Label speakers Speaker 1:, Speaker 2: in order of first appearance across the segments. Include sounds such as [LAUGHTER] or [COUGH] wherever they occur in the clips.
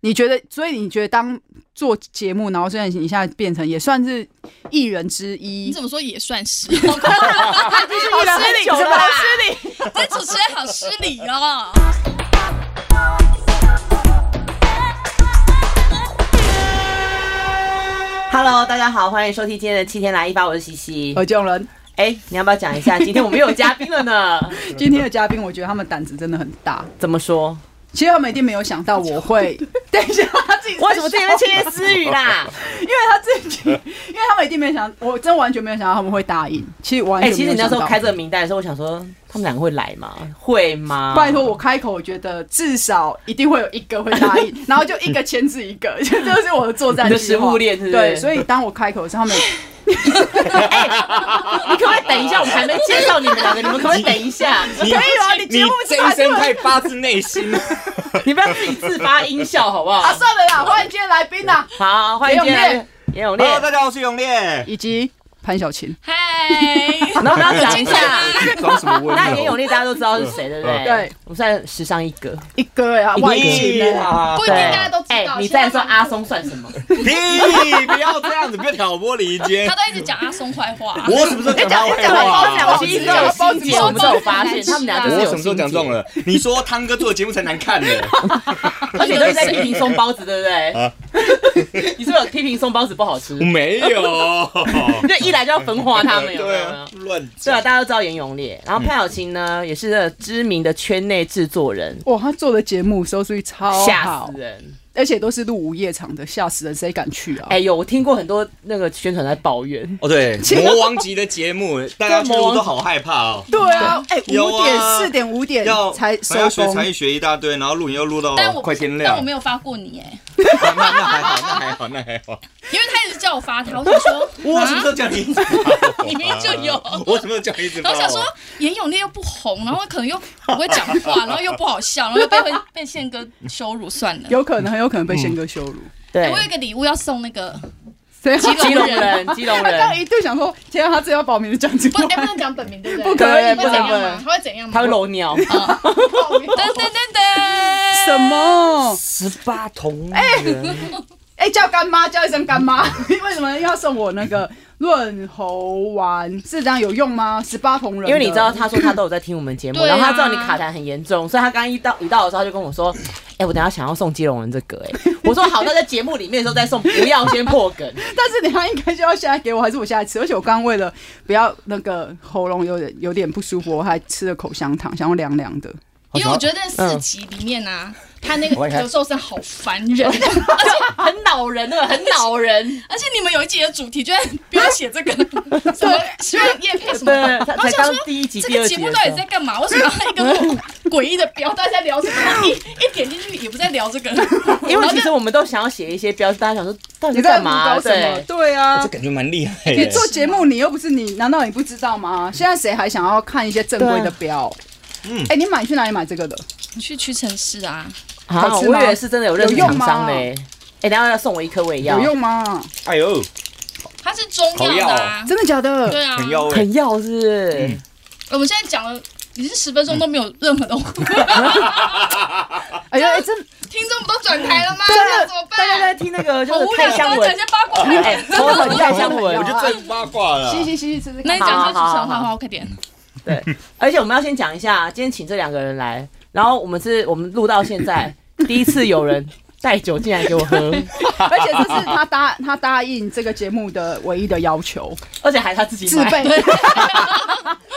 Speaker 1: 你觉得，所以你觉得当做节目，然后现在你现在变成也算是艺人之
Speaker 2: 你
Speaker 1: 一，
Speaker 2: 怎么说也算是？ [LAUGHS]
Speaker 1: 就是
Speaker 2: 好失礼
Speaker 1: 什
Speaker 2: 是
Speaker 1: 么
Speaker 2: 吧
Speaker 1: 失礼？
Speaker 2: 这主持人好失礼哦。
Speaker 3: Hello，大家好，欢迎收听今天的七天来一发，我是西西。
Speaker 1: 何炅人，
Speaker 3: 哎、你要不要讲一下，今天我们又有嘉宾了 [LAUGHS] 呢？
Speaker 1: 今天的嘉宾，我觉得他们胆子真的很大。
Speaker 3: 怎么说？
Speaker 1: 其实他们一定没有想到我 [LAUGHS] 会，等一下他自己在
Speaker 3: 为什么这边窃窃私语啦？
Speaker 1: 因为他自己，因为他们一定没想，我真完全没有想到他们会答应。其实完
Speaker 3: 哎、
Speaker 1: 全
Speaker 3: 其
Speaker 1: 没有
Speaker 3: 实你那
Speaker 1: 想
Speaker 3: 时候
Speaker 1: 到。
Speaker 3: 开这个名单的时候，我想说他们两个会来吗？会吗？
Speaker 1: 拜托我开口，我觉得至少一定会有一个会答 [LAUGHS] 应，然后就一个牵制一个， [LAUGHS] 这就是我的作战
Speaker 3: 你的
Speaker 1: 计划
Speaker 3: 食物链是不是
Speaker 1: 对，所以当我开口的时候，他们
Speaker 3: 你可不可以等一下？我们还没介绍你们两个，你们可不可以等一下？
Speaker 1: [LAUGHS] 可以啊，你节目
Speaker 4: 这
Speaker 1: 出来
Speaker 4: 一
Speaker 1: 就
Speaker 4: 声
Speaker 1: 会
Speaker 4: 太发自内心 [LAUGHS] 了，
Speaker 3: [LAUGHS] 你不要自己自发音效好不
Speaker 1: 啊，
Speaker 3: 好？
Speaker 1: 算了啦，欢迎今天来宾呐，
Speaker 3: 好，欢迎今天的严永烈。
Speaker 4: Hello，大家好，我是永 [LAUGHS] 烈。
Speaker 1: 以及潘晓晴。
Speaker 2: 嗨，
Speaker 3: 然后我们要讲一下，
Speaker 4: 装什么温
Speaker 3: 那严永烈大家都知道是谁，对不对？
Speaker 1: 对，
Speaker 3: 我们算时尚一哥。
Speaker 1: 一哥呀，外景呢？
Speaker 2: [LAUGHS]
Speaker 4: 啊
Speaker 2: 不一
Speaker 3: 对
Speaker 2: 定大家都知
Speaker 3: 哎、
Speaker 2: 道。
Speaker 3: 你
Speaker 2: 现在
Speaker 3: 再说阿松算什么？
Speaker 4: 屁！不要这样子，不要挑拨离间
Speaker 2: 他。都一直讲阿松坏话。
Speaker 4: 我什么时候讲他
Speaker 3: 我
Speaker 4: 坏
Speaker 3: 讲了包子
Speaker 4: 话啊
Speaker 3: 我？其实都有心结，我们都有发现，他们俩就是
Speaker 4: 我
Speaker 3: 有
Speaker 4: 什么时候讲中
Speaker 3: 了，
Speaker 4: 了？你说汤哥做的节目才难看呢。
Speaker 3: [LAUGHS] 而且都是在批评松包子，对不
Speaker 4: 啊嗯
Speaker 3: 对？ [LAUGHS] 你是不是有批评松包子不好吃？
Speaker 4: 没有。
Speaker 3: [LAUGHS]
Speaker 4: [LAUGHS]
Speaker 3: 就一来就要分化他们，有没
Speaker 4: 对
Speaker 3: 有？
Speaker 4: 啊，嗯乱
Speaker 3: 对啊，
Speaker 4: 讲。
Speaker 3: 大家都知道严永烈，然后潘晓晴呢，也是这个知名的圈内制作人，
Speaker 1: 哇，他做的节目收视率超
Speaker 3: 吓
Speaker 1: 哦好
Speaker 3: 死，人！
Speaker 1: 而且都是录午夜场的，吓死人，谁敢去啊？
Speaker 3: 哎呦，我听过很多那个宣传在抱怨，
Speaker 4: 哦，对，魔王级的节目，大家去录都好害怕哦。
Speaker 1: 对啊，哎，
Speaker 4: 有
Speaker 1: 五点、
Speaker 4: 啊
Speaker 1: 四点、五点
Speaker 4: 要
Speaker 1: 才
Speaker 4: 还
Speaker 1: 收
Speaker 4: 要学才
Speaker 1: 工，
Speaker 4: 艺学一大堆，然后录影又录到
Speaker 2: 但我
Speaker 4: 快天
Speaker 2: 但
Speaker 4: 亮
Speaker 2: 我。没有发过你哎，
Speaker 4: 那那还好，那还好，那还好。
Speaker 2: 因为他一直叫我发他，我想说，
Speaker 4: 我什么时候叫你一直发？
Speaker 2: 你明明就有
Speaker 4: 我什么时候叫你一直发？
Speaker 2: 然后想说严永烈又不红，然后可能又不会讲话，然后又不好笑，然后又被会被宪哥羞辱，算了。
Speaker 1: 有可能很有可能被宪哥羞辱。
Speaker 3: 对
Speaker 2: 哎，我有一个礼物要送那个，
Speaker 1: 所以
Speaker 2: 基隆
Speaker 3: 基隆人，基隆
Speaker 1: 他刚刚
Speaker 3: 人，
Speaker 1: 一度想说，天啊，他真的要把我名字讲出
Speaker 2: [LAUGHS] 不，哎，
Speaker 1: 来。
Speaker 2: 不能讲本名，对不对？
Speaker 1: 不可以
Speaker 2: 会怎样
Speaker 3: 不能
Speaker 2: 吗？他会怎样吗？
Speaker 3: 他会漏尿，
Speaker 2: 噔噔噔噔，
Speaker 1: 什？么？
Speaker 4: 十八铜
Speaker 1: 哎、叫干妈，叫一声干妈。为什么要送我那个润喉丸？是这样有用吗？十八铜人的，
Speaker 3: 因为你知道，他说他都有在听我们节目，
Speaker 2: 对啊
Speaker 3: 然后他知道你卡痰很严重，所以他刚一到一到的时候，他就跟我说：“哎、我等一下想要送基隆人这个。”哎，我说好，那在节目里面的时候再送，不要先破梗。
Speaker 1: 但是你他应该就要现在给我，还是我现在吃？而且我刚刚为了不要那个喉咙有点有点不舒服，我还吃了口香糖，想要凉凉的。
Speaker 2: 因为我觉得四
Speaker 3: 嗯
Speaker 2: 集里面啊，他那个咳嗽声好烦
Speaker 3: [LAUGHS]
Speaker 2: 人，
Speaker 3: 很恼人，那个很恼人。
Speaker 2: 而且你们有一集的主题居然不要写这
Speaker 3: [LAUGHS]
Speaker 2: 个，什么希望叶配什么
Speaker 3: 对，
Speaker 2: 的，
Speaker 3: 他
Speaker 2: 然后
Speaker 3: 才
Speaker 2: 想
Speaker 3: 刚
Speaker 2: 说。
Speaker 3: 第一集、
Speaker 2: 这
Speaker 3: 第
Speaker 2: 个
Speaker 3: 二
Speaker 2: 节
Speaker 3: 集
Speaker 2: 目
Speaker 3: 的
Speaker 2: 到底
Speaker 3: 时
Speaker 2: 在干嘛？为什么要一个那种诡异的标？大家在聊什么？然后
Speaker 3: [LAUGHS]
Speaker 2: 一一点进去也不在聊这个，
Speaker 3: 候，因为其实我们都想要写一些标志，大家想说到底
Speaker 1: 你
Speaker 3: 在
Speaker 1: 在
Speaker 3: 干
Speaker 1: 舞
Speaker 3: 嘛哎
Speaker 1: 搞？什么？
Speaker 3: 对，
Speaker 1: 对啊
Speaker 4: 哎这。感觉蛮厉害
Speaker 1: 你
Speaker 4: 的。
Speaker 1: 做节目，你又不是你，难道你不知道吗？现在谁还想要看一些正规的标？嗯
Speaker 4: 嗯，
Speaker 1: 哎、你买去哪里买这个的？
Speaker 2: 去屈臣氏啊，
Speaker 3: 啊，
Speaker 1: 好
Speaker 3: 我
Speaker 1: 吃吗
Speaker 3: 以为是真的有认识
Speaker 1: 有用
Speaker 3: 厂
Speaker 1: 吗
Speaker 3: 商嘞。哎，等一下要送我一颗，我也要
Speaker 1: 有。用吗？
Speaker 4: 哎呦，
Speaker 2: 它是中药的啊，
Speaker 1: 真的假的？
Speaker 2: 对啊。
Speaker 4: 很要哎
Speaker 3: 很要是不是
Speaker 4: 嗯
Speaker 2: 我们现在讲了已经十分钟都没有任何
Speaker 3: [LAUGHS]
Speaker 2: 的，
Speaker 1: 哎呀，哎真
Speaker 2: 听众不都转台了吗？
Speaker 3: 真的
Speaker 2: 怎么
Speaker 3: 大家在
Speaker 2: 办？啊
Speaker 3: 听那个就
Speaker 2: 好
Speaker 3: 是
Speaker 2: 无聊，
Speaker 3: 太香
Speaker 2: 刚
Speaker 3: 文
Speaker 2: 讲一，些八卦。
Speaker 3: [LAUGHS] 哎，头很太香文
Speaker 1: 我
Speaker 4: 我。就最八卦了。
Speaker 1: 吸吸吸吸吃吃看
Speaker 2: 那你。讲一些主
Speaker 3: 好
Speaker 2: 持
Speaker 3: 好
Speaker 2: 人
Speaker 3: 好
Speaker 2: 坏话，我快点。啊
Speaker 3: 对，而且我们要先讲一下，今天请这两个人来，然后我们是我们录到现
Speaker 2: [LAUGHS]
Speaker 3: 在第一次有人带酒进来给我喝，
Speaker 1: 而且这是他答他答应这个节目的唯一的要求，
Speaker 3: 而且还他自己
Speaker 1: 自
Speaker 3: 买。 [LAUGHS]
Speaker 1: 备。
Speaker 4: 不好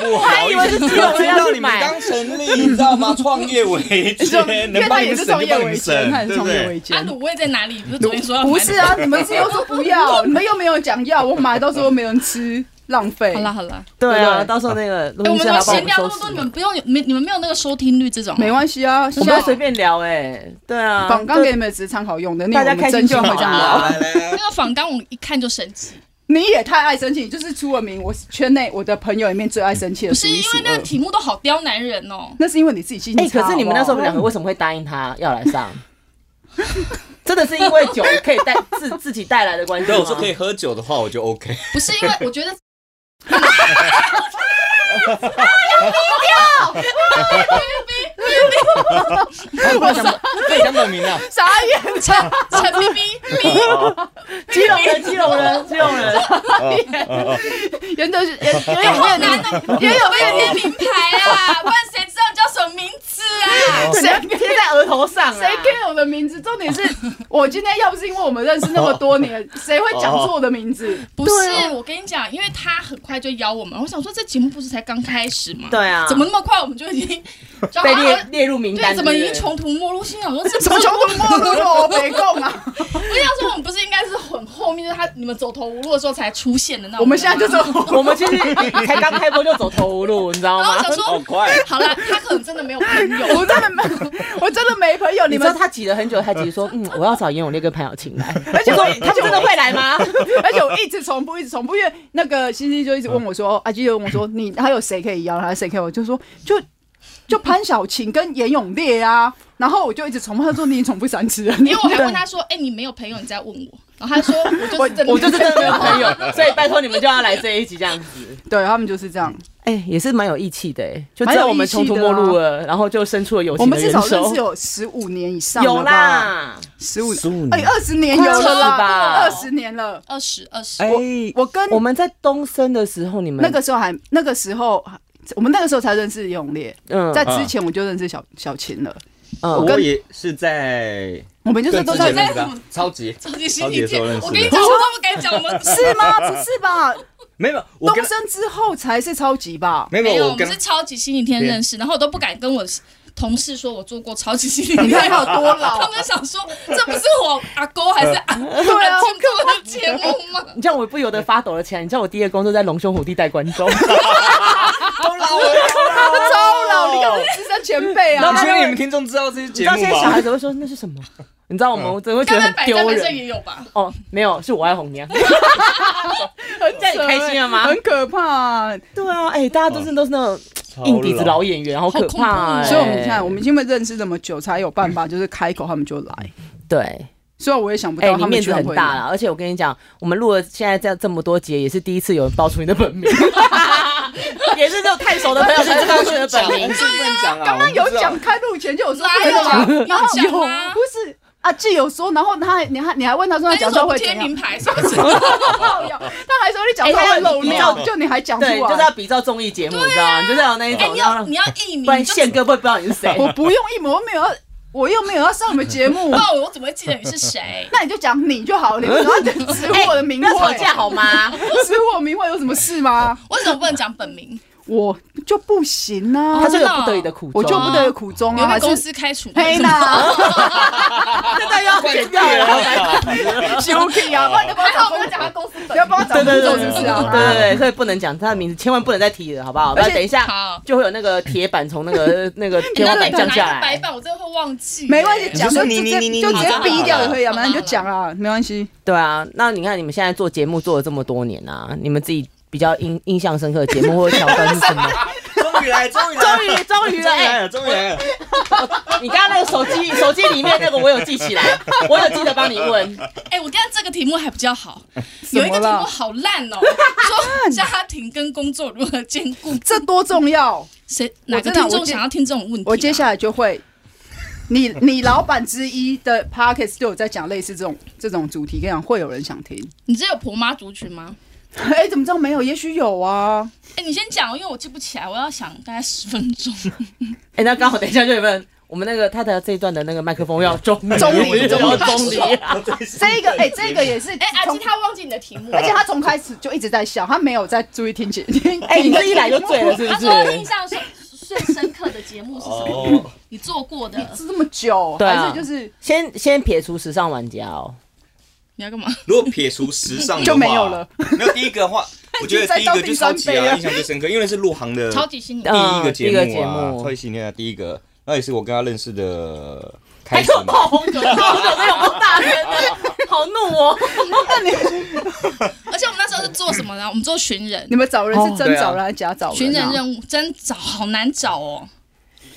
Speaker 4: 意
Speaker 3: 我还以为是
Speaker 4: 思，
Speaker 3: 只有
Speaker 4: 我知
Speaker 3: 人要
Speaker 4: 道
Speaker 3: 去
Speaker 4: 你们
Speaker 3: 买
Speaker 4: 刚成立，你知道吗？创业维艰，
Speaker 1: 因为
Speaker 4: 能
Speaker 1: 他
Speaker 4: 帮你
Speaker 1: 也
Speaker 4: 们
Speaker 1: 是
Speaker 4: 省
Speaker 1: 创
Speaker 4: 就
Speaker 1: 业
Speaker 4: 帮你
Speaker 1: 维
Speaker 4: 们
Speaker 1: 艰，
Speaker 4: 省，
Speaker 1: 他也是
Speaker 4: 对不
Speaker 1: 创业
Speaker 4: 对？
Speaker 1: 维
Speaker 2: 啊，
Speaker 1: 艰。
Speaker 2: 卤味在哪里？不是昨天说要
Speaker 1: [LAUGHS]
Speaker 2: 买
Speaker 1: 不是啊，你们自己又说不 [LAUGHS] 要，你们又没有讲要，我买到时候没人吃，浪费
Speaker 3: 啊
Speaker 2: 好。啦好啦，
Speaker 3: 对
Speaker 1: 对不
Speaker 3: 啊，
Speaker 1: 对
Speaker 3: 到时候那个录
Speaker 2: 哎，我们
Speaker 3: 音师
Speaker 2: 怎么
Speaker 3: 还帮
Speaker 2: 闲
Speaker 3: 啊我们
Speaker 2: 聊那么
Speaker 3: 收
Speaker 2: 多？
Speaker 3: 拾
Speaker 2: 你。们不用没你们没有那个收听率这种，
Speaker 1: 没关系啊，
Speaker 3: 我们
Speaker 1: 下
Speaker 3: 都随便聊哎，对啊，
Speaker 1: 广刚给你们只是参考用的，你
Speaker 3: 大家
Speaker 1: 我们
Speaker 3: 开
Speaker 1: 真
Speaker 3: 心
Speaker 1: 心
Speaker 3: 就
Speaker 1: 会
Speaker 3: 好
Speaker 1: 这样
Speaker 3: 啦
Speaker 1: 聊。
Speaker 4: 来来
Speaker 2: 系。那个仿纲我一看就生气，
Speaker 1: 你也太爱生气，就是出了名，我圈内我的朋友里面最爱生气的
Speaker 2: 不
Speaker 1: 数
Speaker 2: 是
Speaker 1: 一
Speaker 2: 因
Speaker 1: 数
Speaker 2: 为那
Speaker 1: 二
Speaker 2: 个。题目都好刁难人哦。
Speaker 1: 那是因为你自己心
Speaker 3: 哎，
Speaker 1: 情差。
Speaker 3: 可是你们那时
Speaker 1: 好
Speaker 3: 候
Speaker 1: 不好
Speaker 3: 两个为什么会答应他要来
Speaker 1: [LAUGHS]
Speaker 3: 上？真的是因为酒可以带自自己带来的关系
Speaker 4: 对，
Speaker 3: 吗？
Speaker 4: 我说可以喝酒的话，我就 OK。
Speaker 2: 不是因为我觉得 [LAUGHS]
Speaker 3: 我想
Speaker 4: 这也讲本名啊？
Speaker 1: 傻眼，
Speaker 2: 陈陈咪咪咪，
Speaker 3: 基隆
Speaker 4: [LAUGHS]
Speaker 3: 人，基隆人，基隆人，
Speaker 1: 原德是也 [LAUGHS] 也有
Speaker 2: 好
Speaker 1: 越
Speaker 2: 难
Speaker 1: 南，
Speaker 2: 哦，
Speaker 1: 也有
Speaker 2: 我
Speaker 1: 越
Speaker 2: 有贴名牌啊，不 [LAUGHS] 然谁知道你叫什么名字啊？
Speaker 1: 谁
Speaker 3: 贴在额头上啊？
Speaker 1: 谁 care 我的名字？重点是 [LAUGHS] 我今天要不是因为我们认识那么多年，谁会讲
Speaker 3: 哦
Speaker 1: 出我的名
Speaker 3: [LAUGHS]
Speaker 1: 字？
Speaker 2: 不是，我跟你讲，因为他很快就邀我们，我想说这节目不是才刚开始吗？
Speaker 3: 对啊
Speaker 2: 怎么那么快我们就已经就
Speaker 3: 被
Speaker 2: 好
Speaker 3: 列列入名单？
Speaker 2: 对，怎么已
Speaker 3: 对
Speaker 2: 经
Speaker 3: 不对
Speaker 2: 穷途末路？心想说这
Speaker 1: 什么穷途末路了？我没空 [LAUGHS] 啊！
Speaker 2: 我想说，我们不是应该是很后面，就是他你们走投无路的时候才出现的那种人吗。
Speaker 1: 我们现在就是
Speaker 3: 我们其实才刚开播就走投无路，你知道
Speaker 2: 然后我
Speaker 3: 吗
Speaker 2: 想？
Speaker 4: 好
Speaker 2: 说，
Speaker 4: 快，
Speaker 2: 好了，他可能真的没有朋友。
Speaker 1: [LAUGHS] 我真的没，我真的没朋友。
Speaker 3: 你
Speaker 1: 你
Speaker 3: 知道
Speaker 1: 们，
Speaker 3: 他挤了很久才挤说，嗯，我要找严永烈跟潘晓晴来。
Speaker 1: [LAUGHS] 而且我，
Speaker 3: 他就真的会来吗？
Speaker 1: 而且我一直重复，一直重复，因为那个星星就一直问我说，阿基就问我说，你还有谁可以邀？还有谁可以邀？我就说，就就潘晓晴跟严永烈啊。然后我就一直重复，他说你已经重复三次了。因
Speaker 2: 因为我还问他说：“哎、你没有朋友，你在问我？”然后他说：“我就是真的
Speaker 3: 我就是真的没有朋友，所以拜托你们就要来这一集这样子。
Speaker 1: 对他们就是这样，
Speaker 3: 哎、也是蛮有义气的哎、就知
Speaker 1: 蛮有
Speaker 3: 道我们
Speaker 1: 义气
Speaker 3: 穷途
Speaker 1: 的
Speaker 3: 末路
Speaker 1: 啊
Speaker 3: 了，然后就生出了友
Speaker 1: 我
Speaker 3: 情的
Speaker 1: 们至
Speaker 3: 援
Speaker 1: 少认
Speaker 3: 手
Speaker 1: 识。有十五年以上，
Speaker 3: 有，啦，
Speaker 1: 十五
Speaker 4: 15年
Speaker 1: 哎，二十年有
Speaker 3: 快
Speaker 1: 了
Speaker 3: 二十
Speaker 1: 啦，
Speaker 3: 吧
Speaker 1: 二十年了。
Speaker 2: 二十二十。
Speaker 4: 哎，
Speaker 1: 我跟
Speaker 3: 我们在东升的时候，你们
Speaker 1: 那个时候还那个时候，我们那个时候才认识严永烈，
Speaker 3: 嗯
Speaker 1: 在之前我就认识小小琴了。
Speaker 3: 嗯
Speaker 1: 跟
Speaker 4: 我也是在
Speaker 1: 我们就是
Speaker 4: 更
Speaker 1: 都
Speaker 4: 之
Speaker 1: 在
Speaker 4: 前
Speaker 1: 认
Speaker 4: 认
Speaker 1: 识
Speaker 4: 识
Speaker 2: 我
Speaker 4: 的，超级
Speaker 2: 超级心理
Speaker 4: 超级的时
Speaker 2: 健
Speaker 4: 候认，识的
Speaker 2: 我跟你讲，我都不敢讲，我们
Speaker 1: 是吗？不是吧？
Speaker 4: 没有，我
Speaker 1: 东
Speaker 4: 跟
Speaker 1: 升之后才是超级
Speaker 3: [LAUGHS]
Speaker 1: 吧？
Speaker 4: 没
Speaker 2: 没
Speaker 4: 有
Speaker 2: 有，
Speaker 4: 我
Speaker 2: 我们
Speaker 4: 跟
Speaker 2: 是超级星期天认识，然后我都不敢跟我同事说我做过超级星期天，
Speaker 1: 你看他有多
Speaker 2: [LAUGHS] 他
Speaker 1: 老？
Speaker 2: 们想说这不是我阿公还是阿
Speaker 1: 对啊
Speaker 2: 阿，金做的节目吗？
Speaker 3: 你知道我不由得发抖了起来。你知道我第一个工作在龙兄虎弟带观
Speaker 1: [LAUGHS]
Speaker 3: 众，
Speaker 4: 都老 [LAUGHS] 了，
Speaker 1: 超老，你看我们资深前辈
Speaker 3: 然
Speaker 1: 啊
Speaker 3: 后
Speaker 4: 你 [LAUGHS]
Speaker 3: 他！
Speaker 4: 确定你们听众知道这些
Speaker 3: 你
Speaker 4: 节
Speaker 3: 知道
Speaker 4: 目
Speaker 3: 现在小孩
Speaker 4: 吗？
Speaker 3: 子会说那是什么？你知道我
Speaker 1: 嗯
Speaker 3: 们真的会觉
Speaker 2: 刚
Speaker 3: 得
Speaker 2: 才
Speaker 3: 很
Speaker 2: 百
Speaker 3: 丢
Speaker 2: 战百胜
Speaker 3: 人
Speaker 2: 也有吧？
Speaker 3: 哦，没有，是我爱红娘。
Speaker 1: [LAUGHS] 很欸
Speaker 3: 这样你开心了吗
Speaker 1: 很可怕啊。
Speaker 3: 对啊，哎、大家都是都是那种硬底子 [LAUGHS] 老演员，好
Speaker 2: 好
Speaker 3: 可怕、
Speaker 2: 恐怖哦
Speaker 3: 哎
Speaker 1: 所以我们看，我们因为认识这么久，才有办法就是开口他们就来。
Speaker 3: 对。
Speaker 1: 虽然我也想不
Speaker 3: 哎、
Speaker 1: 到他
Speaker 3: 你
Speaker 1: 们
Speaker 3: 面
Speaker 1: 居
Speaker 3: 子
Speaker 1: 然
Speaker 3: 很
Speaker 1: 会
Speaker 3: 大
Speaker 1: 来。
Speaker 3: 啦，而且我跟你讲，我们录了现在这样这么多节，也是第一次有人报出你的本名，也是只有太熟的朋友才知道 [LAUGHS] 出你的
Speaker 4: 讲
Speaker 3: 本
Speaker 4: 我
Speaker 3: 名
Speaker 4: [LAUGHS] 们。是不能讲啊，
Speaker 1: 刚刚有
Speaker 4: 我们不知道
Speaker 1: 讲开录前就有说
Speaker 2: 哪
Speaker 1: 不能
Speaker 2: 有
Speaker 1: 讲，
Speaker 2: 有
Speaker 1: 然后
Speaker 2: 啊讲吗
Speaker 1: 不是啊，既有说，然后他还你还你还问他说他
Speaker 2: 哎那
Speaker 1: 讲出
Speaker 2: 就
Speaker 1: 来
Speaker 2: 说
Speaker 1: 会
Speaker 2: 贴
Speaker 1: 怎样
Speaker 2: 名？牌
Speaker 1: [LAUGHS]
Speaker 2: 是不是？
Speaker 1: 靠腰他还说你讲出来会漏
Speaker 3: 哎他
Speaker 1: 尿，
Speaker 3: 要
Speaker 1: 就你还讲出
Speaker 3: 对，
Speaker 1: 来，
Speaker 3: 就是要比照综艺节目，你知道吗？你就是要有那一
Speaker 2: 哎，
Speaker 3: 种，
Speaker 2: 你
Speaker 3: 然后
Speaker 2: 要
Speaker 3: 让
Speaker 2: 你要艺名，
Speaker 3: 不然
Speaker 2: 你就
Speaker 3: 宪哥不会不知道你是谁。
Speaker 1: 我不用一模，我没有要，我又没有要上你们节目
Speaker 2: 不，然哦我怎么会记得你
Speaker 1: [LAUGHS]？
Speaker 2: 是谁
Speaker 1: 那你就讲你就好了，你不要指
Speaker 3: 哎
Speaker 1: 我的名
Speaker 3: 不要吵
Speaker 1: 讳，
Speaker 3: 架好吗？
Speaker 1: 指我名讳有什么事吗？
Speaker 2: 为什么不能讲本名？
Speaker 1: 我就不行
Speaker 3: 他
Speaker 1: 啊，
Speaker 3: 就有不得已的苦衷，
Speaker 1: 我就不得有苦衷
Speaker 2: 有
Speaker 1: 啊，
Speaker 2: 被
Speaker 1: 还
Speaker 2: 公
Speaker 1: 是
Speaker 2: 司开除吗？
Speaker 1: 黑娜、
Speaker 3: 这段要剪掉
Speaker 1: [LAUGHS]
Speaker 3: 了。
Speaker 1: 修 K 啊，不然你就帮我找工作，
Speaker 2: 公司
Speaker 1: 不要帮我找
Speaker 3: 对
Speaker 1: 工
Speaker 3: 对对
Speaker 1: 作
Speaker 3: 对
Speaker 1: 是不是
Speaker 3: 对
Speaker 1: 啊？
Speaker 3: 对对，所以不能讲他的名字，千万不能再提了，好不好？不
Speaker 1: 而且
Speaker 3: 然等一下
Speaker 2: 好。
Speaker 3: 就会有那个铁板从那 [LAUGHS] 个那个天花板降下
Speaker 2: 白
Speaker 3: 来。
Speaker 2: 板我真的会忘记。欸
Speaker 1: 没关系，
Speaker 4: 你
Speaker 1: 讲
Speaker 4: 就
Speaker 1: 就
Speaker 4: 说
Speaker 1: 直
Speaker 4: 你
Speaker 1: 接
Speaker 4: 你你
Speaker 1: 就
Speaker 4: 你
Speaker 1: 直接
Speaker 4: 你这样
Speaker 1: 逼
Speaker 4: 好
Speaker 1: 掉
Speaker 4: 了
Speaker 1: 也可以啊，反正就
Speaker 2: 好了
Speaker 1: 讲啊，没关系。
Speaker 3: 对啊，那你看你们现在做节目做了这么多年啊，你们自己比较印印象深刻的节目或者桥段是什么？
Speaker 4: 终于来，终于
Speaker 3: [LAUGHS]
Speaker 4: 来，
Speaker 3: 终于终 [LAUGHS] 于了，
Speaker 4: [LAUGHS] 终于
Speaker 3: 哎
Speaker 4: 来了，终于来了，
Speaker 3: 你刚刚那个手机 [LAUGHS] 手机里面那个我有记起来，我有记得帮你问。
Speaker 2: 哎、我刚刚这个题目还比较好，
Speaker 1: 哎么
Speaker 2: 有一个题
Speaker 1: 了啊
Speaker 2: 目好
Speaker 1: [LAUGHS]
Speaker 2: 烂哦，说家庭跟工作如何兼顾？
Speaker 1: 这多重要！
Speaker 2: 谁哪个
Speaker 1: 真的
Speaker 2: 听
Speaker 1: 我
Speaker 2: 众
Speaker 1: 接
Speaker 2: 想要听这种问题、啊？
Speaker 1: 我接下来就会，你你老板之一的 p o c k e t 就有在讲类似这种这种主题，跟你讲会有人想听。
Speaker 2: 你这有婆妈族群吗？
Speaker 1: 哎、怎么知道没有？也许有啊。
Speaker 2: 哎、你先讲，因为我记不起来，我要想大概十分
Speaker 1: [LAUGHS]
Speaker 2: 钟。
Speaker 3: 哎、那刚好等一下就有问我们那个他的这一段的那个麦克风要中离
Speaker 1: 中
Speaker 4: 离
Speaker 3: 要
Speaker 4: 中离
Speaker 3: 中离
Speaker 1: 这一个哎、这个也是
Speaker 2: 哎、阿
Speaker 1: 从
Speaker 2: 基他忘记你的题目，
Speaker 1: 而且他从开始就一直在笑，他没有在注意听节听。 [LAUGHS]
Speaker 3: 哎、你这一来就醉了是不
Speaker 2: 他
Speaker 3: 是
Speaker 2: 说印？象最最深刻的节目是什么？
Speaker 4: [LAUGHS] 哦，
Speaker 2: 你做过的？
Speaker 1: 是这么久，
Speaker 3: 对啊
Speaker 1: 还是就是
Speaker 3: [LAUGHS] 先先撇除时尚玩家哦，
Speaker 2: 你要干嘛？
Speaker 4: 如果撇除时尚的话
Speaker 1: 就没有了。
Speaker 4: 没有第一个话，我觉得第一个就超级
Speaker 1: 已经在倒第三杯
Speaker 4: 啊，
Speaker 1: 了
Speaker 4: 印象最深刻，因为是陆航的
Speaker 2: 超级心理
Speaker 3: 嗯
Speaker 4: 第一个节
Speaker 3: 第一个
Speaker 4: 目
Speaker 3: 节
Speaker 4: 啊，
Speaker 3: 目
Speaker 4: 超级系列的第一个，那也是我跟他认识的
Speaker 3: 还
Speaker 4: 开始
Speaker 3: 给我
Speaker 4: 嘛。
Speaker 3: 爆红酒，我怎么有够大声的？好怒哦！
Speaker 2: 而且我们那时候是做什么呢？我们做寻人
Speaker 1: 你，们找人是
Speaker 3: 哦
Speaker 1: 真
Speaker 4: 对啊
Speaker 1: 找人还是假找人、啊？
Speaker 2: 寻人任务真找好难找哦。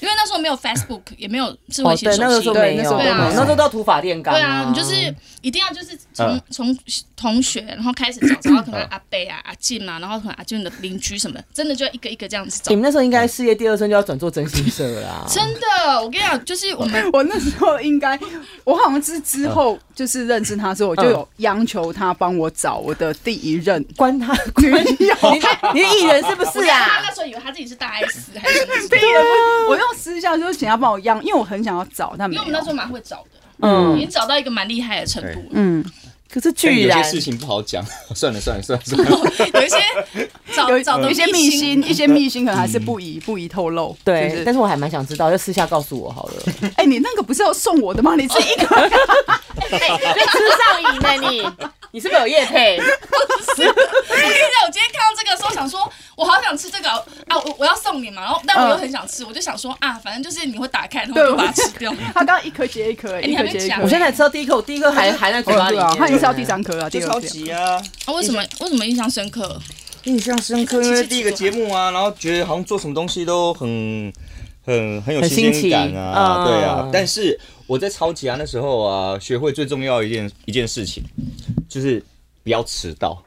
Speaker 2: 因为那时候没有 Facebook，也没有智慧
Speaker 3: [LAUGHS] 哦，
Speaker 2: 型
Speaker 3: 对，那啊
Speaker 2: 手
Speaker 3: 个时
Speaker 2: 机
Speaker 3: 候。
Speaker 1: 对那
Speaker 3: 没有，嗯
Speaker 1: 时候
Speaker 2: 没有
Speaker 3: 那时候到土法炼钢。
Speaker 2: 对啊，你就是一定要就是从
Speaker 4: 嗯
Speaker 2: 从同学，然后开始找，然后可能
Speaker 3: 嗯
Speaker 2: 阿贝啊、阿进啊，然后可能阿俊的邻居什么的，真的就一个一个这样子找
Speaker 3: 你。们那时候应该事业第二春就要转做真心社了 [LAUGHS] 啊。
Speaker 2: 真的，我跟你讲，就是我们
Speaker 1: 我那时候应该，我好像是之后就是认识他之后，
Speaker 3: 嗯
Speaker 1: 我就有央求他帮我找我的第一任
Speaker 3: 关他，
Speaker 1: 女友。
Speaker 3: [LAUGHS] 你看你是艺人是不是
Speaker 2: 他
Speaker 3: 啊
Speaker 2: 那？时候以为他自己是大 S 还是什么
Speaker 3: [LAUGHS]
Speaker 2: 什么，
Speaker 3: 嗯
Speaker 1: 我用私下就是请他帮我央，因为我很想要找，但没
Speaker 2: 因为我们那时候
Speaker 1: 有。
Speaker 2: 蛮会找的，已
Speaker 3: 嗯，
Speaker 2: 经找到一个蛮厉害的程度了。
Speaker 1: 嗯，
Speaker 3: 可是 [LAUGHS]
Speaker 4: 但
Speaker 3: 居
Speaker 4: 有
Speaker 3: 然
Speaker 4: 些事情不好讲， [LAUGHS] 算了算了算
Speaker 2: [LAUGHS]
Speaker 4: 了算了，
Speaker 2: 有一些找
Speaker 1: 有
Speaker 2: 找
Speaker 1: 有
Speaker 2: 的
Speaker 1: 一些秘
Speaker 2: [LAUGHS]
Speaker 1: 辛，一些秘辛可能还是不宜不宜透露。就
Speaker 3: 嗯对，
Speaker 1: 是
Speaker 3: 但是我还蛮想知道，就私下告诉我好了。
Speaker 1: 哎，你那个不是要送我的吗？你自己一个
Speaker 3: [LAUGHS] 吃上瘾呢你？ [LAUGHS] 你是不是有夜配？
Speaker 2: 我跟你讲，我今天看到这个的时候，想说啊我好想吃这个啊，我我要送你嘛，然后但我又很想吃，我就想说啊，反正就是你会打开，然后
Speaker 1: 对
Speaker 2: 就把它吃掉。 [LAUGHS]
Speaker 1: 他刚刚一颗接一颗，一
Speaker 2: 哎你还
Speaker 1: 颗
Speaker 2: 没
Speaker 1: 接一
Speaker 2: 讲
Speaker 1: 颗。
Speaker 3: 我现在才吃到第一颗，我第一颗还含在嘴巴里
Speaker 1: 对啊，
Speaker 3: 面。
Speaker 1: 他已经吃到第三颗了，
Speaker 4: 就
Speaker 1: 第二
Speaker 4: 超
Speaker 1: 颗。
Speaker 4: 级啊，
Speaker 2: 啊，为什么为什么印象深刻？
Speaker 4: 印象深刻，因为第一个节目啊，然后觉得好像做什么东西都很很很有
Speaker 3: 很
Speaker 4: 新
Speaker 3: 新
Speaker 4: 鲜
Speaker 3: 奇
Speaker 4: 感啊，
Speaker 3: 嗯
Speaker 4: 对啊。但是我在超级啊那时候啊，学会最重要的一件一件事情，就是不要迟到。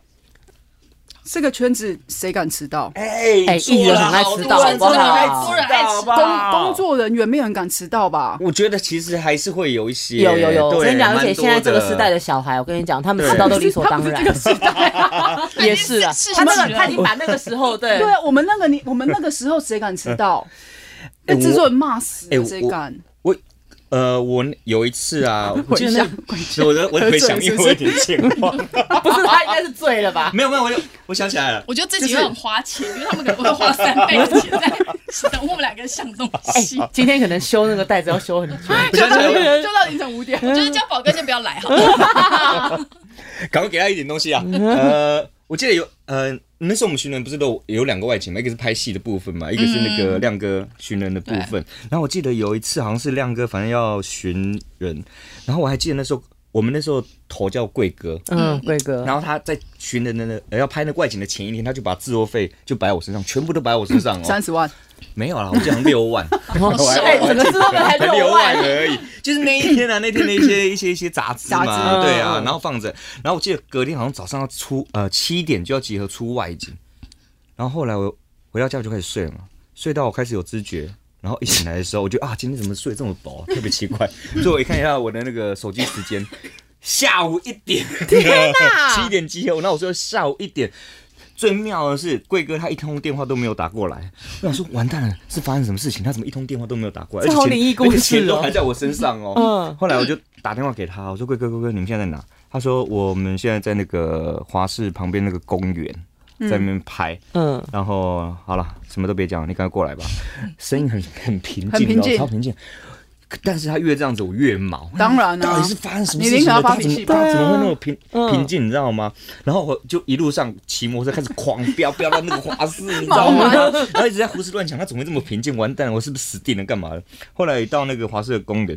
Speaker 1: 这个圈子谁敢迟到？
Speaker 4: 哎
Speaker 3: 哎艺人很爱迟到
Speaker 4: 真
Speaker 3: 好不
Speaker 4: 的
Speaker 3: 好
Speaker 4: 爱迟到，好不
Speaker 1: 工
Speaker 4: 好
Speaker 1: 工作人员没有人敢迟到吧？
Speaker 4: 啊我觉得其实还是会有一些，
Speaker 3: 有有有，我
Speaker 4: 对
Speaker 3: 跟你讲，而
Speaker 4: 蛮
Speaker 3: 且
Speaker 4: 多
Speaker 3: 现在这个时代
Speaker 4: 的
Speaker 3: 的小孩，我跟你讲， [LAUGHS] 他们迟到都理所当然。也是啊，
Speaker 2: 是
Speaker 3: 他那
Speaker 2: 是
Speaker 3: 个他已经把那个时候对
Speaker 1: 对啊，我们那个年，我们那个时候谁敢迟到？被
Speaker 4: 我
Speaker 1: 制作人骂死
Speaker 4: 哎
Speaker 1: 了，
Speaker 4: 我
Speaker 1: 谁敢？
Speaker 4: 呃，我有一
Speaker 3: [LAUGHS]
Speaker 4: 次啊，我记得那
Speaker 1: 滚下滚
Speaker 4: [LAUGHS] 我的我的回想，
Speaker 1: 喝醉
Speaker 4: 因
Speaker 1: 是不
Speaker 4: 为我
Speaker 1: 是
Speaker 4: 有点健忘，
Speaker 3: [LAUGHS] 不是他应该是醉了 [LAUGHS] 吧？
Speaker 4: 没有没有，我就我想起来了，
Speaker 2: 我觉得自己会很花钱，因为他们可能会花三倍的钱在等我们两个想东
Speaker 3: [LAUGHS]
Speaker 2: 西。
Speaker 3: 哎今天可能修那个袋子要修很久，
Speaker 4: 我想起来了，
Speaker 1: 就到凌晨五点。
Speaker 2: 我觉得叫宝哥先不要来好了，
Speaker 4: 赶快给他一点东西啊。呃，我记得有呃，那时候我们寻人不是都有有两个外景嘛，一个是拍戏的部分嘛，一个是那个亮哥寻人的部分。然后我记得有一次好像是亮哥，反正要寻人，然后我还记得那时候我们那时候头叫贵哥。
Speaker 3: 嗯，贵哥，
Speaker 4: 然后他在寻人的那呃要拍那个外景的前一天，他就把制作费就摆我身上，全部都摆我身上
Speaker 1: [LAUGHS]
Speaker 4: 哦。
Speaker 1: 三十万，
Speaker 4: 没有啦，我记得好像六 [LAUGHS] 万，
Speaker 3: 哎，整个制作费还六
Speaker 4: 万
Speaker 3: 万，
Speaker 4: 而已。就是那一天啊，那天的一些一些一些杂志
Speaker 1: 杂
Speaker 4: 嘛，
Speaker 1: 志
Speaker 4: 对啊，
Speaker 3: 嗯
Speaker 4: 然后放着，然后我记得隔天好像早上要出呃七点就要集合出外景，然后后来我回到家我就开始睡了嘛，睡到我开始有知觉。然后一醒来的时候，我就啊，今天怎么睡这么饱、啊特别奇怪。 [LAUGHS] 所以我一看一下我的那个手机时间，下午一点，天
Speaker 3: 哪
Speaker 4: [LAUGHS] 七点集合。那我说下午一点，最妙的是，贵哥他一通电话都没有打过来，我想说完蛋了，是发生什么事情？他怎么一通电话都没有打过来？
Speaker 3: 这
Speaker 4: 而且
Speaker 3: 好
Speaker 4: 钱
Speaker 3: 灵异故
Speaker 4: 而且
Speaker 3: 事哦
Speaker 4: 钱都还在我身上哦。
Speaker 3: 嗯
Speaker 4: 后来我就打电话给他，我说贵哥贵哥，你们现在在哪？他说我们现在在那个华视旁边那个公园，在那边拍。
Speaker 3: 嗯，
Speaker 4: 然后好了，什么都别讲，你赶快过来
Speaker 1: [LAUGHS]
Speaker 4: 吧。声音很很平静，
Speaker 1: 很平
Speaker 4: 你知道
Speaker 1: 静
Speaker 4: 超平静。可但是他越这样子，我越毛。
Speaker 1: 当然啊
Speaker 4: 到底是发生什么
Speaker 1: 你
Speaker 4: 事
Speaker 1: 宁
Speaker 4: 情
Speaker 1: 可
Speaker 4: 了？
Speaker 1: 要
Speaker 4: 他
Speaker 1: 发
Speaker 4: 怎
Speaker 1: 脾
Speaker 4: 么
Speaker 1: 气吧
Speaker 4: 他怎么会那么平
Speaker 3: 嗯
Speaker 4: 平静？你知道吗？然后我就一路上骑摩托车开始狂飙，飙到那个华视，你知道吗？
Speaker 1: 啊
Speaker 4: 然后一直在胡思乱想，他怎么会这么平静？完蛋了，我是不是死定了？干嘛了？后来到那个华视的公园，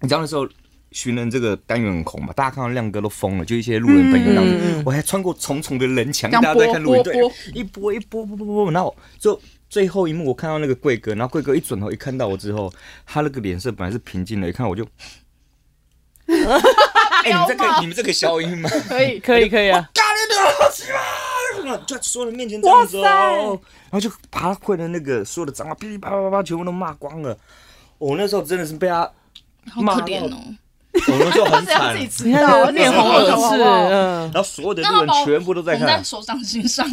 Speaker 4: 你知道那时候寻人这个单元很红嘛，大家看到亮哥都疯了，就一些路人朋友
Speaker 1: 嗯
Speaker 4: 当中，我还穿过重重的人墙，
Speaker 1: 这样
Speaker 4: 大家都在看路人
Speaker 1: 拨
Speaker 4: 对
Speaker 1: 拨拨，
Speaker 4: 一波一波波波波，然后就最后一幕我看到那个贵哥，然后贵哥一转头一看到我之后，他那个脸色本来是平静的，一看 [LAUGHS] 我就。哎、你这个你们这个消音 [LAUGHS] 吗？
Speaker 1: 可以。
Speaker 3: 可以可以啊，
Speaker 4: 咖喱的老师啊！就在所有人面前这样子哦，然后就把他会的那个所有的脏啊话噼里啪啦啪啦全部都骂光了。我那时候真的是被他，
Speaker 2: 好可怜哦。
Speaker 4: 我那时候 [LAUGHS] 很
Speaker 1: 谁要
Speaker 4: 惨
Speaker 1: 自，己迟
Speaker 3: 你看
Speaker 1: 到
Speaker 3: 他
Speaker 1: 啊？
Speaker 3: 面红耳赤，嗯，
Speaker 4: 然后所有的
Speaker 2: 那
Speaker 4: 路
Speaker 2: 他
Speaker 4: 人
Speaker 2: 把我
Speaker 4: 全部都在
Speaker 2: 我们
Speaker 4: 看
Speaker 2: 在，手掌心上，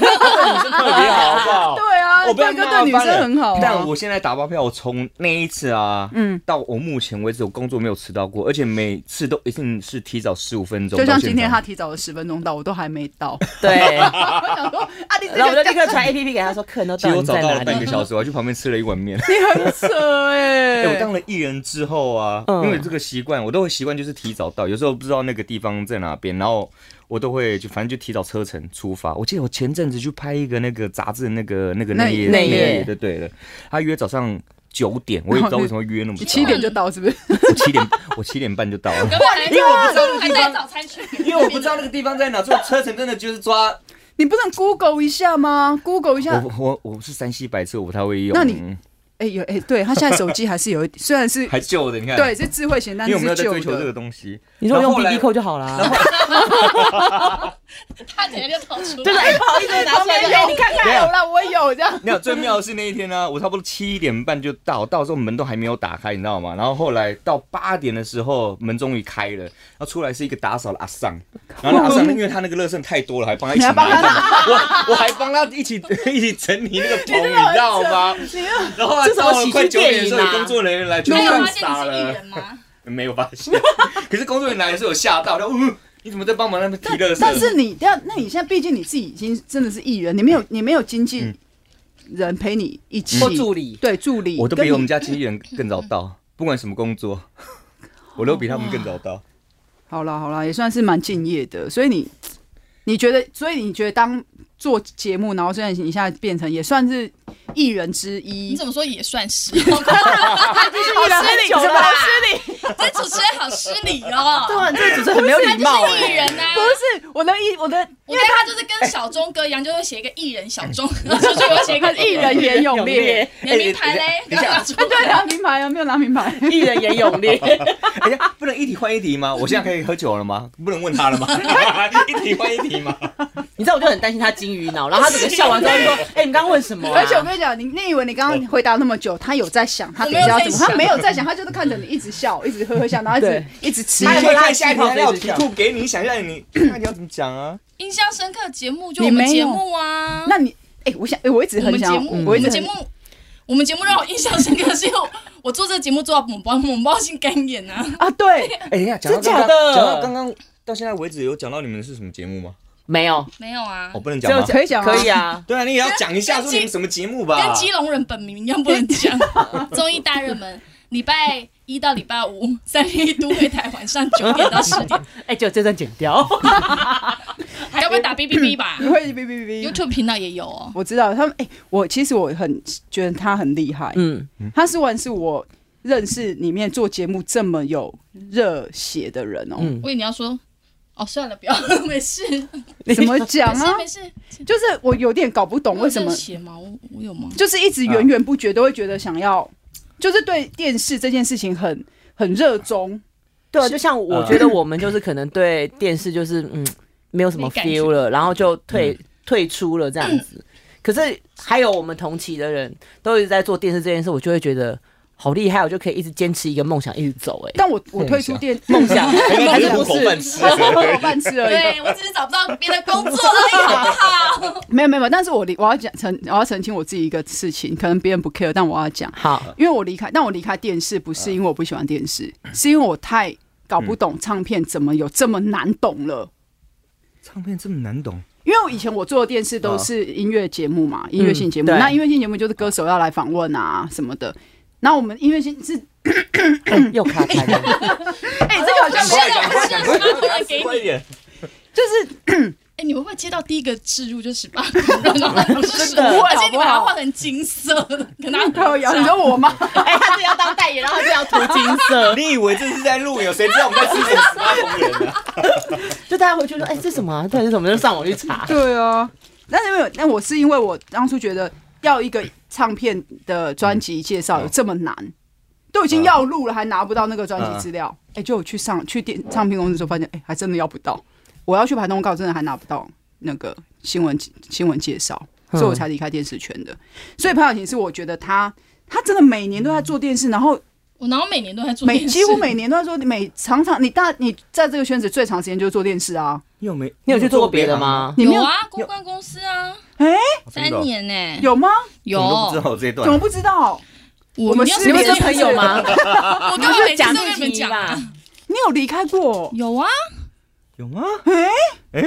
Speaker 4: 特别好，好不好？
Speaker 1: 对啊，
Speaker 4: 我被他
Speaker 1: 贵哥对女
Speaker 4: 骂翻了
Speaker 1: 生很好啊。
Speaker 4: 但我现在打包票，我从那一次啊，嗯，到我目前为止，我工作没有迟到过，而且每次都一定是提早十五分钟到
Speaker 1: 就
Speaker 4: 现场。
Speaker 1: 像今天他提早了十分钟到，我都还没到。
Speaker 3: 对，
Speaker 1: 我想说啊，你这
Speaker 3: 然后我就
Speaker 1: 个
Speaker 3: 立刻传 A P P 给他说，客人都
Speaker 4: 其
Speaker 3: 到
Speaker 4: 实我
Speaker 3: 底
Speaker 4: 早
Speaker 3: 在
Speaker 4: 到
Speaker 3: 哪
Speaker 4: 了半
Speaker 3: 里
Speaker 4: 个？小时，我还去旁边吃了一碗面。
Speaker 1: 你很扯哎
Speaker 4: [LAUGHS] 哎、我当了艺人之后啊，
Speaker 3: 嗯
Speaker 4: 因为这个习惯，我都会习惯就是提早到，有时候不知道那个地方在哪边，然后我都会就反正就提早车程出发。我记得我前阵子去拍一个那个杂志的那个那个
Speaker 1: 内
Speaker 4: 内页
Speaker 3: 内页
Speaker 4: 页的，对了，他约早上九点，我也不知道为什么约那么
Speaker 1: 你
Speaker 4: 早，
Speaker 1: 七哦点就到是不是？
Speaker 4: 我七点我七点半就到了。
Speaker 2: 根本因为我不知道还带早餐去，
Speaker 4: [LAUGHS] 因为我不知道那个地方在哪，所以车程真的就是抓
Speaker 1: 你不能 Google 一下吗？Google 一下，
Speaker 4: 我我我是山西白痴，我不太会用。嗯
Speaker 1: 那你哎、有哎、对他现在手机还是有一 [LAUGHS] 点，虽然是
Speaker 4: 还旧的，你看，
Speaker 1: 对是智慧型，但
Speaker 4: 因为
Speaker 1: 是
Speaker 4: 我们
Speaker 1: 是
Speaker 4: 要在
Speaker 1: 旧
Speaker 4: 追求这
Speaker 1: 的。
Speaker 4: 个东西。
Speaker 3: 你说
Speaker 4: 然后
Speaker 3: 用
Speaker 4: 后
Speaker 3: B
Speaker 4: 来
Speaker 3: B 扣就好啊啦。
Speaker 2: 他直接就跑出
Speaker 3: 就是
Speaker 2: 来。
Speaker 3: 哎，不好意思，拿
Speaker 1: 旁
Speaker 3: 出来 [LAUGHS]
Speaker 1: 边哦有，
Speaker 3: 就哎
Speaker 1: 你
Speaker 3: 你
Speaker 1: 看
Speaker 3: 看，
Speaker 1: 他有了，我有这样。
Speaker 4: 没有，最妙的是那一天呢、 [LAUGHS] 我差不多七点半就到，到时候门都还没有打开，你知道吗？然后后来到八点的时候，门终于开了，然后出来是一个打扫的阿桑，然后那阿桑因为他那个垃圾太多了，还帮他一起
Speaker 1: 你还帮
Speaker 4: 拿
Speaker 1: 他
Speaker 4: 一拿，我我还帮他一起 [LAUGHS] 一起整理那个桶，你知道吗？然后后来
Speaker 3: 这什么
Speaker 4: 到了
Speaker 3: 喜剧
Speaker 4: 快九
Speaker 3: 电
Speaker 4: 点的时
Speaker 3: 影
Speaker 4: 候，
Speaker 3: 啊
Speaker 4: 工作人员来全
Speaker 2: 没
Speaker 4: 部
Speaker 2: 有
Speaker 4: 看
Speaker 2: 发现你
Speaker 4: 傻
Speaker 2: 是艺
Speaker 4: 了，
Speaker 2: 人吗？
Speaker 4: 没有发现， [LAUGHS] 可是工作人员来的时候有吓到，然后嗯，你怎么在帮忙那边提垃圾？
Speaker 1: 但是你，但那你现在毕竟你自己已经真的是艺人，你
Speaker 4: 嗯
Speaker 1: 没有你没有经纪人陪你一起，
Speaker 3: 或助理，
Speaker 1: 对助理，
Speaker 4: 我都
Speaker 1: 跟
Speaker 4: 比我
Speaker 1: 你
Speaker 4: 们家经纪人更早到，不管什么工作， [LAUGHS] 我都比他们更早到。
Speaker 1: 好啦好啦，也算是蛮敬业的。所以你，你觉得，所以你觉得当做节目，然后现在你现在变成也算是艺人之一，
Speaker 2: [LAUGHS] 你怎么说也算是？
Speaker 3: 他就是艺人很久了
Speaker 2: [LAUGHS]
Speaker 3: 啦，
Speaker 2: 这主持人好失礼哦。
Speaker 3: 对啊，你这个主持人很没有
Speaker 2: 他
Speaker 3: 礼貌
Speaker 2: 就是艺
Speaker 3: [LAUGHS] 哎。
Speaker 2: 人呐、
Speaker 1: 欸不是我的艺，我的
Speaker 2: 我觉得他就是跟小钟哥一样，就会写一个艺人小
Speaker 1: [LAUGHS]
Speaker 2: 钟，
Speaker 1: 啊
Speaker 2: 然后就会写一个
Speaker 1: 艺
Speaker 2: 艺人
Speaker 1: 人
Speaker 2: [LAUGHS]
Speaker 1: 袁咏烈。
Speaker 2: 连名牌嘞，
Speaker 4: 等一下
Speaker 1: 哎，对，拿名牌啊，没有拿名牌。
Speaker 3: 艺人也勇烈，
Speaker 4: [LAUGHS] 哎呀，不能一题换一题吗？我现在可以喝酒了吗？不能问他了 [LAUGHS] 吗？一题换一题 [LAUGHS] 吗？
Speaker 3: [LAUGHS] 你知道我就很担心他金鱼脑，然后他整个笑完之后就说：“哎，你刚刚问什么啊？”
Speaker 1: 而且我跟你讲，你你以为你刚刚回答那么久，他有在想，他等一下要怎么，他没有在想，他就是看着你一直笑，一直呵呵笑，然后一直
Speaker 3: 对
Speaker 1: 一直吃
Speaker 4: 你。可以看下一题，要题库给你，想让你看你要怎么讲啊？
Speaker 2: [LAUGHS] 印象深刻的节目就
Speaker 1: 你
Speaker 2: 我们
Speaker 1: 没
Speaker 2: 节
Speaker 1: 有
Speaker 2: 目啊。
Speaker 1: 那你哎，我想，哎，我一直
Speaker 2: 我
Speaker 1: 很
Speaker 2: 们节
Speaker 1: 想，
Speaker 2: 目，
Speaker 1: 嗯
Speaker 2: 我
Speaker 1: 我一直
Speaker 2: 们
Speaker 1: 很
Speaker 2: 节目，我们节目让我印象深刻，是因为我做这个节目做到猛爆猛爆性肝炎啊！
Speaker 1: 啊，对，
Speaker 4: 哎，等一下，讲到
Speaker 3: 真
Speaker 4: 刚
Speaker 3: 假
Speaker 4: 刚，
Speaker 3: 的
Speaker 4: 讲到刚刚到现在为止，有讲到你们是什么节目吗？
Speaker 3: 没有，
Speaker 2: 没有啊
Speaker 4: 我，不能
Speaker 3: 只
Speaker 4: 讲
Speaker 3: 有
Speaker 4: 吗？
Speaker 1: 可以讲吗
Speaker 3: 可以啊，
Speaker 4: 对啊，你也要讲一下说你们什么节目吧
Speaker 2: 跟。基隆人本名一样不能
Speaker 1: [LAUGHS]
Speaker 2: 讲。综艺大热门，礼拜一到礼拜五，三天一都会台晚上九点到十
Speaker 1: [LAUGHS]
Speaker 2: 点，
Speaker 3: 哎，就这段剪掉。
Speaker 2: 还要不要打 B B B 吧
Speaker 1: [LAUGHS] 你会哔哔哔哔。
Speaker 2: ？YouTube 频道也有哦。
Speaker 1: 我知道他们，哎、我其实我很觉得他很厉害，
Speaker 3: [LAUGHS] 嗯，
Speaker 1: 他是完是我认识里面做节目这么有热血的人哦、
Speaker 3: 嗯
Speaker 2: 我以为你要说，哦，算了，不要，没事，
Speaker 1: 怎么讲
Speaker 2: [LAUGHS] 没
Speaker 1: 啊
Speaker 2: 事，？没事。
Speaker 1: 就是我有点搞不懂为什么，
Speaker 2: 写吗？我我有吗？
Speaker 1: 就是一直
Speaker 3: 嗯
Speaker 1: 源源不绝都会觉得想要，就是对电视这件事情很很热衷。
Speaker 3: 对啊，就像我觉得我们就是可能对电视就是嗯没嗯有什么
Speaker 2: 没感觉
Speaker 3: feel 了，然后就退、退出了这样子。可是还有我们同期的人都一直在做电视这件事，我就会觉得好厉害，我就可以一直坚持一个梦想一直走、欸。
Speaker 1: 但我我退出电
Speaker 3: 梦想哎
Speaker 4: 应
Speaker 3: 还是
Speaker 4: 该只哎是
Speaker 3: 不
Speaker 4: 糊口
Speaker 3: 是
Speaker 4: 饭？吃。
Speaker 1: 我有饭吃而已。
Speaker 2: 对我只是找不到别的工作而已，好不好？
Speaker 1: 没有没有，没有但是我离我要讲澄，我要澄清我自己一个事情，可能别人不 care，但我要讲。
Speaker 3: 好，
Speaker 1: 因为我离开，但我离开电视不
Speaker 3: 嗯
Speaker 1: 是因为我不喜欢电视，是因为我太搞不懂唱片怎么有这么难懂了。
Speaker 4: 唱片这么难懂，
Speaker 1: 因为我以前我做的电视都是音乐节目嘛，音乐性节目。
Speaker 3: 嗯对
Speaker 1: 那音乐性节目就是歌手要来访问啊什么的。那我们音乐性是，
Speaker 3: 又卡卡了。
Speaker 1: [LAUGHS] 哎、这个好像
Speaker 4: 赶
Speaker 1: 没有
Speaker 4: 快，赶快，赶快，
Speaker 2: 我要给
Speaker 4: 赶
Speaker 1: [LAUGHS]
Speaker 2: 你
Speaker 4: 快一点！
Speaker 1: 就是
Speaker 2: 哎、你们会不会接到第一个置入就十八个人？然后
Speaker 1: [LAUGHS]
Speaker 2: 不是
Speaker 3: 真的
Speaker 2: 而且你们还要画成金色的，跟他
Speaker 1: 靠呀，你说我吗？
Speaker 3: [LAUGHS] 哎、他是要当代言，然后他是要涂金色，
Speaker 4: [LAUGHS] 你以为这是在录影？谁知道我们在吃什么十八铜人啊？
Speaker 3: 就大家回去说，哎、这什么、啊？到底是什么？就上网去查。
Speaker 1: [LAUGHS] 对啊，但是因为那我是因为我当初觉得要一个唱片的专辑介绍有这么难，都已经要录了还拿不到那个专辑资料，哎、就我去上去电唱片公司的时候发现，哎、还真的要不到，我要去排通告，真的还拿不到那个新闻新闻介绍，所以我才离开电视圈的。所以潘晓婷是我觉得她她真的每年都在做电视，然后
Speaker 2: 我哪有每年都在做
Speaker 1: 每
Speaker 2: 电视
Speaker 1: 几乎每年都在做，每常常你大你在这个圈子最长时间就是做电视啊，
Speaker 4: 你有没？
Speaker 3: 你有去做过别的？吗？
Speaker 1: 你没
Speaker 2: 有
Speaker 1: 有
Speaker 2: 啊，公关公司啊，
Speaker 4: 哦
Speaker 2: 三年呢、
Speaker 1: 有吗？
Speaker 2: 有
Speaker 4: 我都不知道这一
Speaker 1: 怎么
Speaker 4: 段。
Speaker 1: 不知道？
Speaker 2: 我
Speaker 1: 我们
Speaker 2: 没有
Speaker 1: 是
Speaker 3: 你们
Speaker 1: 没
Speaker 3: 是
Speaker 1: 有
Speaker 3: 朋友吗？
Speaker 2: 我根本每次
Speaker 3: 讲
Speaker 2: 都跟你
Speaker 3: 自
Speaker 2: 们
Speaker 3: 己
Speaker 2: 讲
Speaker 3: 吧
Speaker 2: 啊。。
Speaker 1: 你有离开过？
Speaker 2: 有啊，
Speaker 4: 有吗？
Speaker 1: 哎、
Speaker 4: 哎、